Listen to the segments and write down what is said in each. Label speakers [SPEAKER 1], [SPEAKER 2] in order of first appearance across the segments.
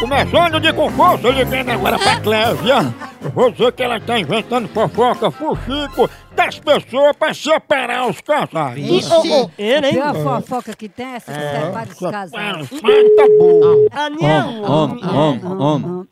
[SPEAKER 1] começando de com força, ligando agora pra Clévia. Você que ela tá inventando fofoca, fuxico, das pessoas pra separar os casais.
[SPEAKER 2] Ixi,
[SPEAKER 3] oh, oh.
[SPEAKER 2] ele, hein?
[SPEAKER 3] Pior fofoca que tem é essa que separa os
[SPEAKER 1] Para os
[SPEAKER 3] casais.
[SPEAKER 1] mais tabu.
[SPEAKER 2] Ah, não.
[SPEAKER 4] Om, om, om, om.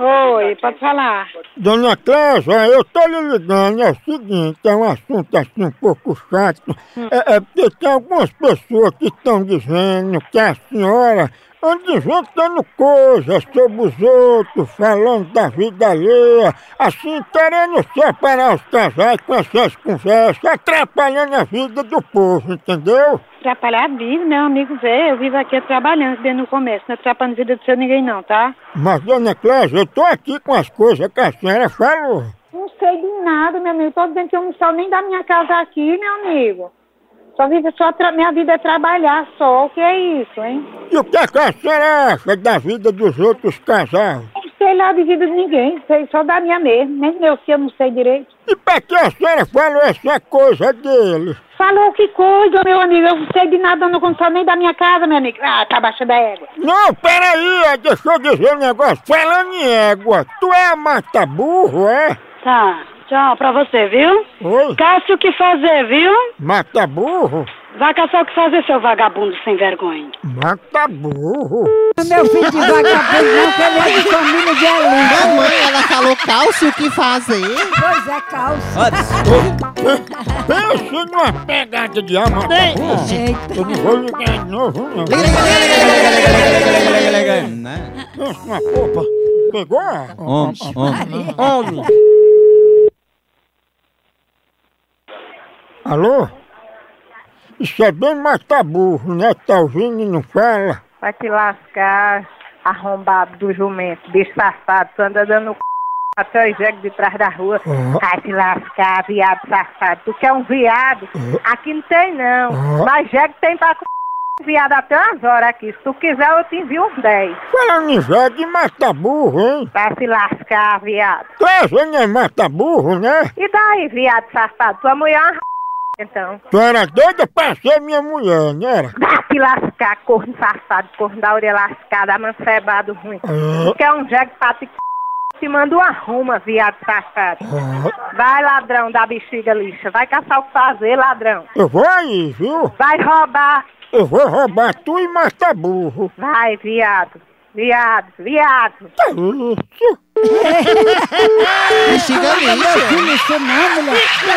[SPEAKER 5] Oi, pode falar.
[SPEAKER 1] Dona Cláudia, eu tô lhe ligando, é o seguinte, é um assunto assim um pouco chato. É, é porque tem algumas pessoas que estão dizendo que a senhora anda inventando coisas sobre os outros, falando da vida alheia, assim querendo separar os casais com essas conversas, atrapalhando a vida do povo, entendeu?
[SPEAKER 5] Atrapalhar vivo, né, amigo Zé? Eu vivo aqui trabalhando dentro do comércio, não atrapalhando a vida do seu ninguém não, tá?
[SPEAKER 1] Mas, dona Cláudia, eu tô aqui com as coisas que a senhora falou.
[SPEAKER 5] Não sei de nada, meu amigo. Todo dentro que eu não saio nem da minha casa aqui, meu amigo. Só vivo, só tra- minha vida é trabalhar só. O que é isso, hein?
[SPEAKER 1] E o que, é que a senhora acha da vida dos outros casais?
[SPEAKER 5] Não sei lá de vida de ninguém, sei só da minha mesmo. Nem meu filho eu não sei direito.
[SPEAKER 1] E pra que a senhora falou essa coisa deles?
[SPEAKER 5] Falou que coisa, meu amigo. Eu não sei de nada, eu não consigo nem da minha casa, meu amigo. Ah, tá abaixo da égua.
[SPEAKER 1] Não, peraí, ó, deixa eu dizer um negócio. Falando em égua, tu é mata burro, é?
[SPEAKER 5] Tá. Tchau pra você, viu?
[SPEAKER 1] Oi,
[SPEAKER 5] Cássio, o que fazer, viu?
[SPEAKER 1] mata burro?
[SPEAKER 5] Vai caçar o que fazer, seu vagabundo sem vergonha.
[SPEAKER 1] Mata burro.
[SPEAKER 3] Meu filho de vagabundo não, que ele é de família de elite.
[SPEAKER 2] Mamãe, ela falou cálcio, o que fazer?
[SPEAKER 3] Pois é, calça.
[SPEAKER 1] Pense numa pegada de alma mata burro. Eu não vou ligar de novo, não. Pense numa popa. Pegou?
[SPEAKER 4] Om, om.
[SPEAKER 1] Homem. Alô? Isso é bem mata burro, né? Tá ouvindo e não fala?
[SPEAKER 5] Vai te lascar, arrombado do jumento, disfarçado, tu anda dando c... até o jegue de trás da rua.
[SPEAKER 1] Uhum.
[SPEAKER 5] Vai te lascar, viado safado. Tu quer um viado?
[SPEAKER 1] Uhum.
[SPEAKER 5] Aqui não tem não.
[SPEAKER 1] Uhum.
[SPEAKER 5] Mas jegue tem pra c... viado até umas horas aqui. Se tu quiser, eu te envio uns 10.
[SPEAKER 1] Falando em Zé de mata burro, hein?
[SPEAKER 5] Vai te lascar, viado.
[SPEAKER 1] Trazendo é mata burro, né?
[SPEAKER 5] E daí, viado safado? Tua mulher é uma r... então.
[SPEAKER 1] Tu era doida pra ser minha mulher, não era?
[SPEAKER 5] Vai te lascar, corno safado, corno da orelha lascada, amancebado ruim.
[SPEAKER 1] Ah,
[SPEAKER 5] Tu quer um jegue pra te c... te manda uma ruma, viado safado.
[SPEAKER 1] ah.
[SPEAKER 5] Vai, ladrão da bexiga lixa. Vai caçar o que fazer, ladrão.
[SPEAKER 1] Eu vou aí, viu?
[SPEAKER 5] Vai roubar.
[SPEAKER 1] Eu vou roubar tu e mata burro.
[SPEAKER 5] Vai, viado. Viado, viado.
[SPEAKER 1] Tá isso?
[SPEAKER 2] Bexiga lixa.
[SPEAKER 3] Isso não, mulher.